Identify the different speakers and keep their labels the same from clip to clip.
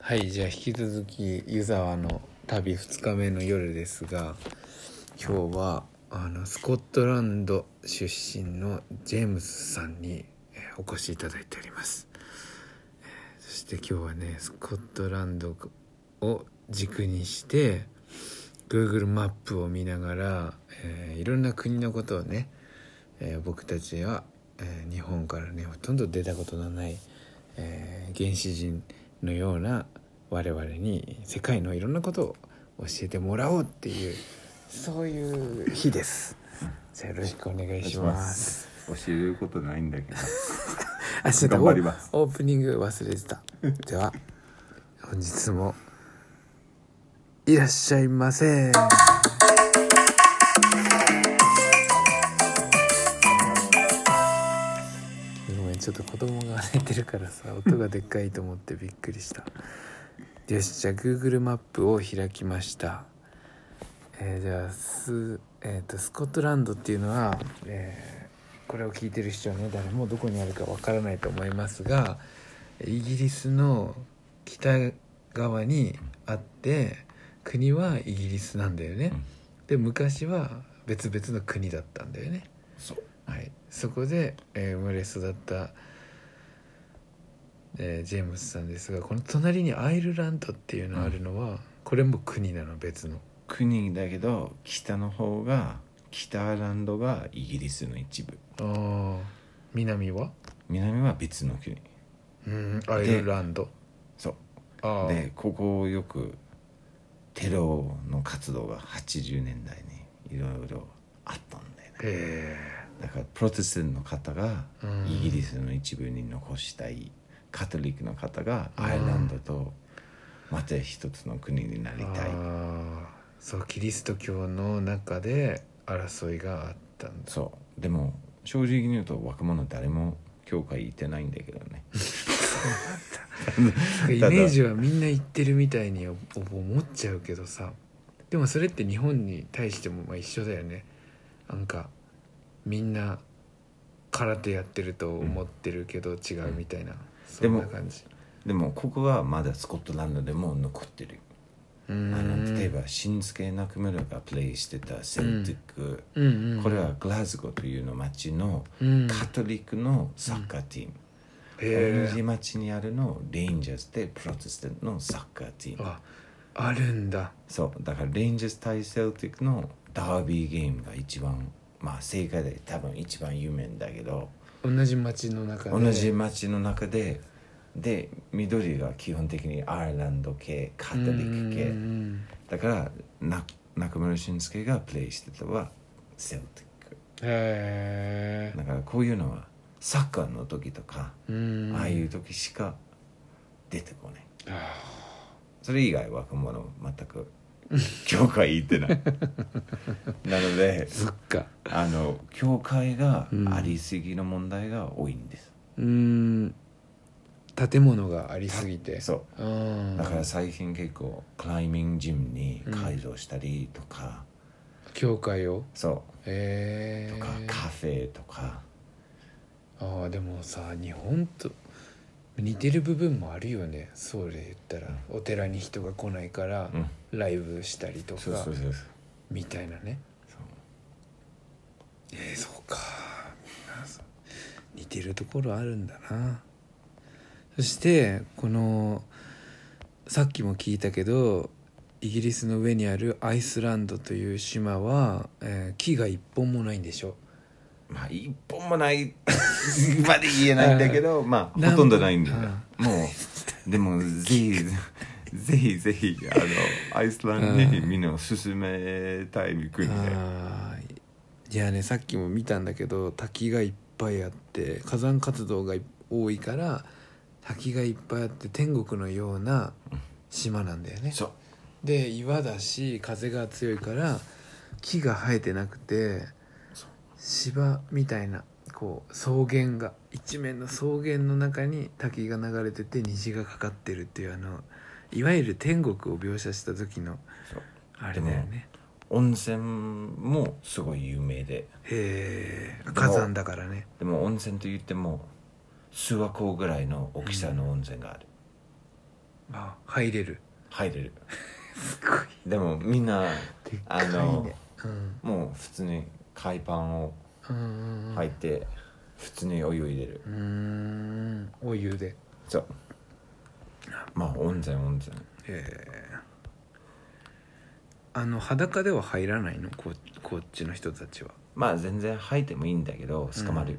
Speaker 1: はいじゃあ引き続き湯沢の旅2日目の夜ですが今日はあのスコットランド出身のジェームスさんにえーお越しいただいておりますえーそして今日はねスコットランドを軸にして Google マップを見ながら、えーいろんな国のことをね、えー僕たちは、えー日本からねほとんど出たことのない、えー原始人のような我々に世界のいろんなことを教えてもらおうっていうそういう日です。じゃあよろしくお願いします。
Speaker 2: 教えることないんだけど
Speaker 1: あ、ちょっと
Speaker 2: 頑張ります
Speaker 1: オープニング忘れてた。では、本日も、いらっしゃいませ。ごめん、ちょっと子供が寝てるからさ、音がでっかいと思ってびっくりした。よし、じゃあ Google マップを開きました。えーじゃあス,、えー、とスコットランドっていうのは、えーこれを聞いてる人はね誰もどこにあるかわからないと思いますがイギリスの北側にあって国はイギリスなんだよね、
Speaker 2: うん
Speaker 1: で昔は別々の国だったんだよね、
Speaker 2: そう
Speaker 1: はい、そこで、えー生まれ育った、えージェームスさんですがこの隣にアイルランドっていうのがあるのは、これも国なの別の。
Speaker 2: 国だけど北の方が北アイルランドがイギリスの一部
Speaker 1: ああ南は
Speaker 2: 南は別の国
Speaker 1: うんアイルランド
Speaker 2: そう
Speaker 1: ああ
Speaker 2: でここをよくテロの活動が80年代にいろいろあったんだよね
Speaker 1: え
Speaker 2: だからプロテスタントの方が
Speaker 1: うん
Speaker 2: イギリスの一部に残したいカトリックの方がアイルランドとまた一つの国にな
Speaker 1: え
Speaker 2: りたい
Speaker 1: そうキリスト教の中で争いがあったんだ
Speaker 2: そうでも正直に言うと若者誰も教会行ってないんだけどね
Speaker 1: イメージはみんな言ってるみたいに思っちゃうけどさでもそれって日本に対してもまあ一緒だよねなんかみんな空手やってると思ってるけど違うみたいな、そんな感じ
Speaker 2: でもここはまだスコットランドでも残ってる
Speaker 1: う
Speaker 2: あ
Speaker 1: ん
Speaker 2: の例えばシンスケ・ナクムラがプレイしてたセルティック、
Speaker 1: うんうんうん
Speaker 2: これはグラスゴーというの町の
Speaker 1: うん
Speaker 2: カトリックのサッカーチーム、
Speaker 1: へえ
Speaker 2: 同じ町にあるのレンジャーズでプロテスタントのサッカーチーム
Speaker 1: ああるんだ
Speaker 2: そうだからレンジャーズ対セルティックのダービーゲームが一番まあ世界で多分一番有名だけど
Speaker 1: 同じ町の中で
Speaker 2: 同じ街の中でで緑が基本的にアイルランド系カトリック
Speaker 1: う
Speaker 2: 系
Speaker 1: ん
Speaker 2: だからな中村俊輔がプレイしてたのはセルティッ
Speaker 1: へ
Speaker 2: クだからこういうのはサッカーの時とか、
Speaker 1: えうん
Speaker 2: ああいう時しか出てこない
Speaker 1: あ
Speaker 2: それ以外若者全く教会行 ってないなので
Speaker 1: ーそっか
Speaker 2: あの教会が
Speaker 1: うん
Speaker 2: ありすぎの問題が多いんです、
Speaker 1: うん建物がありすぎて
Speaker 2: そう
Speaker 1: ううん
Speaker 2: だから最近結構クライミングジムに改造したりとか、
Speaker 1: 教会を
Speaker 2: そ
Speaker 1: へ
Speaker 2: うと
Speaker 1: え
Speaker 2: かカフェとか
Speaker 1: あーでもさ日本と似てる部分もあるよねそれ言ったらお寺に人が来ないから
Speaker 2: うん
Speaker 1: ライブしたりとか
Speaker 2: そうそうそうそう
Speaker 1: みたいなね
Speaker 2: そ
Speaker 1: えー、そうかみんなそう似てるところあるんだなそしてこのさっきも聞いたけどイギリスの上にあるアイスランドという島は、えー木が一本もないんでしょ
Speaker 2: うまあ一本もない まで言えないんだけどまあほとんどないんだよ
Speaker 1: なん
Speaker 2: もうでもぜひぜひぜひあのアイスランドにみんなを勧めたい国で
Speaker 1: あーいやねさっきも見たんだけど滝がいっぱいあって火山活動がい多いから滝がいっぱいあって天国のような島なんだよね
Speaker 2: そう
Speaker 1: で岩だし風が強いから木が生えてなくて
Speaker 2: そう
Speaker 1: 芝みたいなこう草原が一面の草原の中に滝が流れてて虹がかかってるっていうあのいわゆる天国を描写した時の
Speaker 2: そう
Speaker 1: あれだよね
Speaker 2: 温泉もすごい有名で
Speaker 1: へえ
Speaker 2: も
Speaker 1: 火山だからね
Speaker 2: でも温泉と言っても諏訪湖ぐらいの大きさの温泉がある、
Speaker 1: あ入れる
Speaker 2: 入れる
Speaker 1: すごい
Speaker 2: でもみんな
Speaker 1: でっか
Speaker 2: あ
Speaker 1: い
Speaker 2: の
Speaker 1: ねうん
Speaker 2: もう普通に海パンを
Speaker 1: うんうんうん
Speaker 2: 履いて、普通にお湯入れる
Speaker 1: うーんお湯で
Speaker 2: そうまあ温泉温泉
Speaker 1: えーあの裸では入らないのここっちの人たちは
Speaker 2: まあ全然吐いてもいいんだけど捕まる、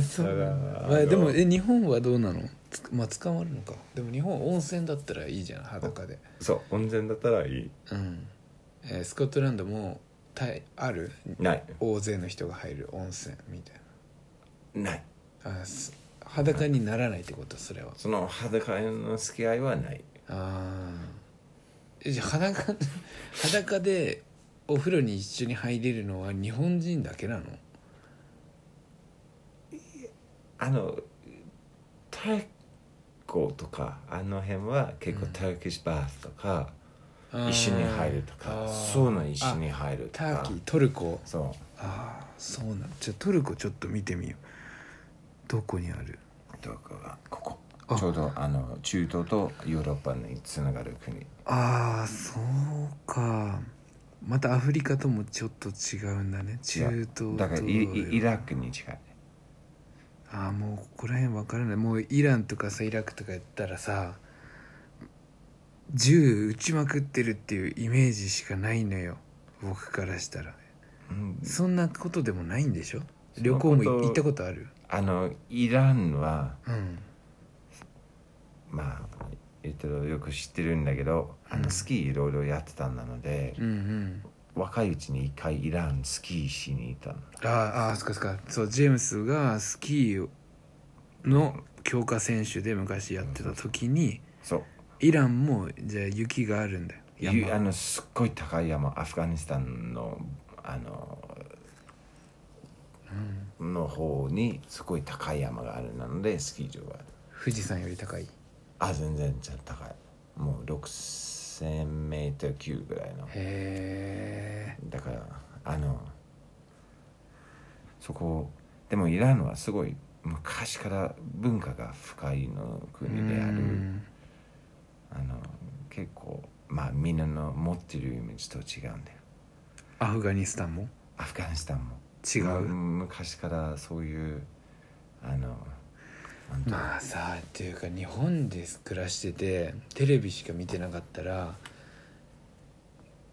Speaker 1: そう
Speaker 2: だから
Speaker 1: まあ
Speaker 2: あの
Speaker 1: でもえ日本はどうなのつまあ捕まるのかでも日本は温泉だったらいいじゃん裸で
Speaker 2: そう温泉だったらいい
Speaker 1: うん、えースコットランドもたいある
Speaker 2: ない
Speaker 1: 大勢の人が入る温泉みたい
Speaker 2: ない
Speaker 1: なあす裸にならないってことそれは
Speaker 2: その裸への付き合いはない
Speaker 1: あーえじゃあ裸裸でお風呂に一緒に入れるのは日本人だけなの
Speaker 2: あの太鼓とかあの辺は結構ターキッシュバースとか、
Speaker 1: あー
Speaker 2: 一緒に入ると
Speaker 1: あ
Speaker 2: か
Speaker 1: ー
Speaker 2: そういうの一緒に入ると
Speaker 1: タ
Speaker 2: か
Speaker 1: ーキートルコ
Speaker 2: そ
Speaker 1: ああそうなんじゃあトルコちょっと見てみようどこにある
Speaker 2: うどこがこ
Speaker 1: あ
Speaker 2: こちょうどあの中東とヨーロッパにつながる国
Speaker 1: ああそうかまたアフリカともちょっと違うんだね中東と
Speaker 2: だからイイイラクに近い
Speaker 1: ああもうここら辺分からないもうイランとかさイラクとかやったらさ銃撃ちまくってるっていうイメージしかないのよ僕からしたら
Speaker 2: うん
Speaker 1: そんなことでもないんでしょ
Speaker 2: そん
Speaker 1: 旅
Speaker 2: なこと
Speaker 1: 行も行ったことある
Speaker 2: あのイランは
Speaker 1: うん
Speaker 2: まあ言ってるよく知ってるんだけどあ
Speaker 1: うん
Speaker 2: のスキーいろいろやってたなので、
Speaker 1: うんうん
Speaker 2: 若いうちに一回イランスキーしに行ったの
Speaker 1: ああああそっかそっかそうジェームスがスキーの強化選手で昔やってた時に
Speaker 2: そう
Speaker 1: イランもじゃあ雪があるんだよ
Speaker 2: ゆあ
Speaker 1: 山
Speaker 2: のすっごい高い山アフガニスタンのあのの方にすごい高い山があるなのでスキー場は
Speaker 1: 富士山より高いへ
Speaker 2: あ全然ちゃんと高いもう 6000m 級ぐらいの
Speaker 1: え
Speaker 2: だからあのそこでもイランはすごい昔から文化が深いの国であるあの結構まあみんなの持ってるイメージと違うんだよ
Speaker 1: アフガニスタンも
Speaker 2: アフガニスタンも
Speaker 1: 違う、
Speaker 2: ま昔からそういうあのなんていうの
Speaker 1: まあさっていうか日本で暮らしててテレビしか見てなかったら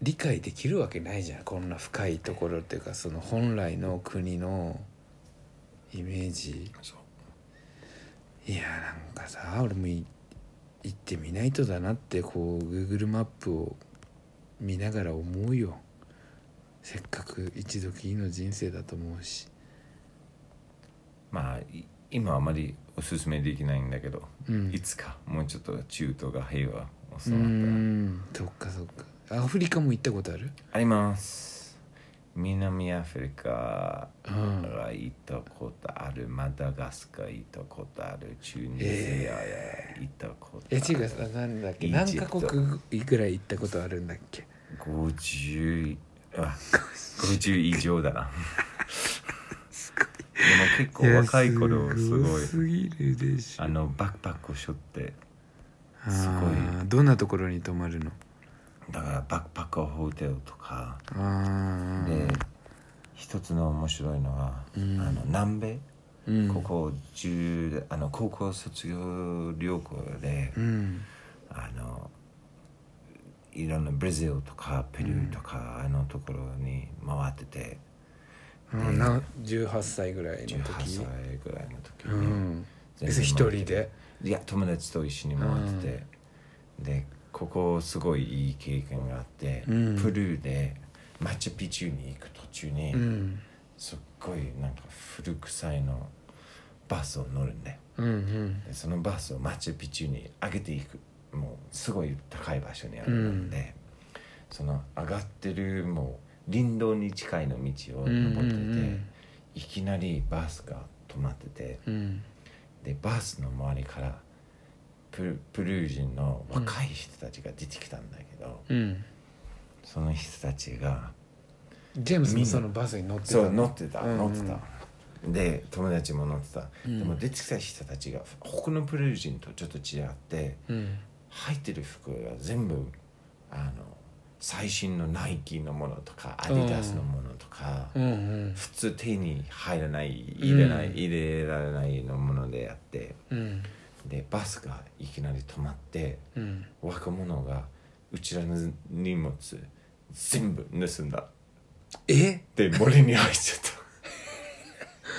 Speaker 1: 理解できるわけないじゃんこんな深いところっていうかその本来の国のイメージ
Speaker 2: そう
Speaker 1: いやなんかさ俺もい行ってみないとだなってこう Google マップを見ながら思うよせっかく一度きりの人生だと思うし
Speaker 2: まあい今あまりおすすめできないんだけど、
Speaker 1: うん
Speaker 2: いつかもうちょっと中東が平和を
Speaker 1: う
Speaker 2: 収
Speaker 1: ー
Speaker 2: まっ
Speaker 1: んそっかそっかアフリカも行ったことある
Speaker 2: たらあります南アフリカ
Speaker 1: うん
Speaker 2: が行ったことある、マダガスカ行ったことあるチュニジアや行ったことあ
Speaker 1: え
Speaker 2: る、
Speaker 1: 違うさなんだっけ
Speaker 2: イー
Speaker 1: 何
Speaker 2: ジ
Speaker 1: カ
Speaker 2: プト
Speaker 1: 国ぐらい行ったことあるんだっけ
Speaker 2: 50あ50以上だなでも結構若い頃すごい
Speaker 1: すぎるでしょ
Speaker 2: あのバックパックを背負ってすごい
Speaker 1: あーどんなところに泊まるの
Speaker 2: だからバックパックホテルとか
Speaker 1: あ
Speaker 2: で一つの面白いのは、
Speaker 1: うん
Speaker 2: あの南米、
Speaker 1: あ、うん、
Speaker 2: ここ10あの高校卒業旅行で、
Speaker 1: うん
Speaker 2: あのいろんなブラジルとかペルーとか、あのところに回ってて
Speaker 1: うんな18歳ぐらい
Speaker 2: 18
Speaker 1: の時
Speaker 2: 歳ぐらいの時
Speaker 1: う
Speaker 2: に、
Speaker 1: ん
Speaker 2: 全
Speaker 1: え
Speaker 2: 然
Speaker 1: それ一人で
Speaker 2: いや友達と一緒に回ってて、でここすごいいい経験があって、
Speaker 1: うん
Speaker 2: プルーでマチュピチュに行く途中に、
Speaker 1: うん
Speaker 2: すっごいなんか古臭いのバスを乗るんだよ
Speaker 1: うんうん
Speaker 2: でそのバスをマチュピチュに上げていくもうすごい高い場所にあるんで、その上がってるもう林道に近いの道を登ってて、
Speaker 1: うんうんうん
Speaker 2: いきなりバスが止まってて
Speaker 1: うん
Speaker 2: でバスの周りからプルプルー人の若い人たちが出てきたんだけど、
Speaker 1: うん
Speaker 2: その人たちが
Speaker 1: ジェームスもそのバスに乗ってた
Speaker 2: そう
Speaker 1: の
Speaker 2: 乗ってた
Speaker 1: うん
Speaker 2: 乗ってた、
Speaker 1: うん
Speaker 2: で友達も乗ってた、
Speaker 1: うん
Speaker 2: でも出てきた人たちが他のプルージンとちょっと違って
Speaker 1: うん
Speaker 2: 入ってる服が全部あの最新のナイキのものとかアディダスのものとか、
Speaker 1: うんうん
Speaker 2: 普通手に入らない入れない、
Speaker 1: うん
Speaker 2: 入れられないのものであって
Speaker 1: うん
Speaker 2: でバスがいきなり止まって
Speaker 1: うん
Speaker 2: 若者がうちらの荷物全部盗んだ
Speaker 1: え
Speaker 2: で森に入っちゃった。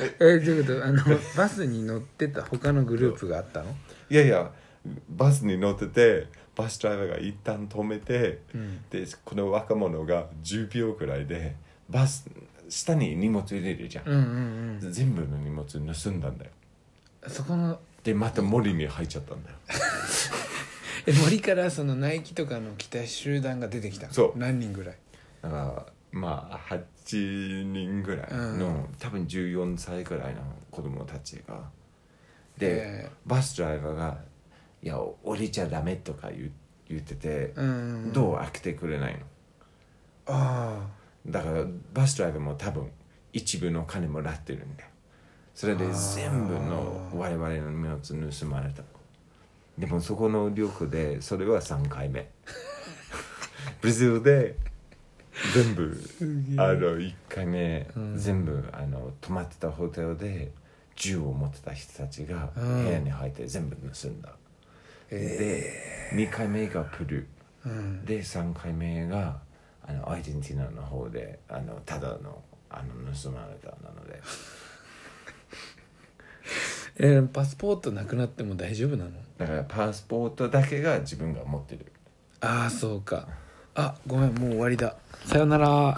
Speaker 1: えどういうことあのバスに乗ってた他のグループがあったの
Speaker 2: いやいやバスに乗っててバスドライバーが一旦止めて、
Speaker 1: うん
Speaker 2: でこの若者が10秒くらいでバス下に荷物入れるじゃん、
Speaker 1: うんうんうん
Speaker 2: 全部の荷物盗んだんだよ
Speaker 1: そこの
Speaker 2: でまた森に入っちゃったんだよ
Speaker 1: え森からそのナイキとかの着た集団が出てきたの
Speaker 2: そう
Speaker 1: 何人ぐらい
Speaker 2: だからまあ8人ぐらいの、
Speaker 1: うん
Speaker 2: 多分14歳ぐらいの子供たちがで、
Speaker 1: え
Speaker 2: バスドライバーが「いや降りちゃダメ」とか言言ってて
Speaker 1: ー、うんうん
Speaker 2: どう開けてくれないの
Speaker 1: あ
Speaker 2: だからバスドライブも多分一部の金もらってるんだよそれで全部の我々の荷物盗まれたでもそこの旅行でそれは3 回目ブラジルで全部
Speaker 1: げえ
Speaker 2: あの1回目、
Speaker 1: うん
Speaker 2: 全部あの泊まってたホテルで銃を持ってた人たちが
Speaker 1: う
Speaker 2: 部
Speaker 1: ん
Speaker 2: 屋に入って全部盗んだ、
Speaker 1: え
Speaker 2: で2回目がプル
Speaker 1: ー
Speaker 2: ー
Speaker 1: うん
Speaker 2: で3回目があのアイデンティナの方であのただのあの盗まれたなので
Speaker 1: えーパスポートなくなっても大丈夫なの
Speaker 2: だからパスポートだけが自分が持ってる
Speaker 1: ああそうかあごめんもう終わりださよなら